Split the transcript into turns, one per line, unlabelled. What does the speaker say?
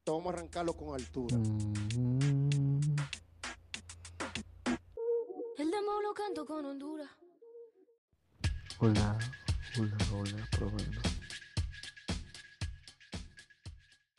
Entonces vamos a arrancarlo con altura.
Mm,
El demo lo canto con Honduras.
Hola, hola, hola, probando.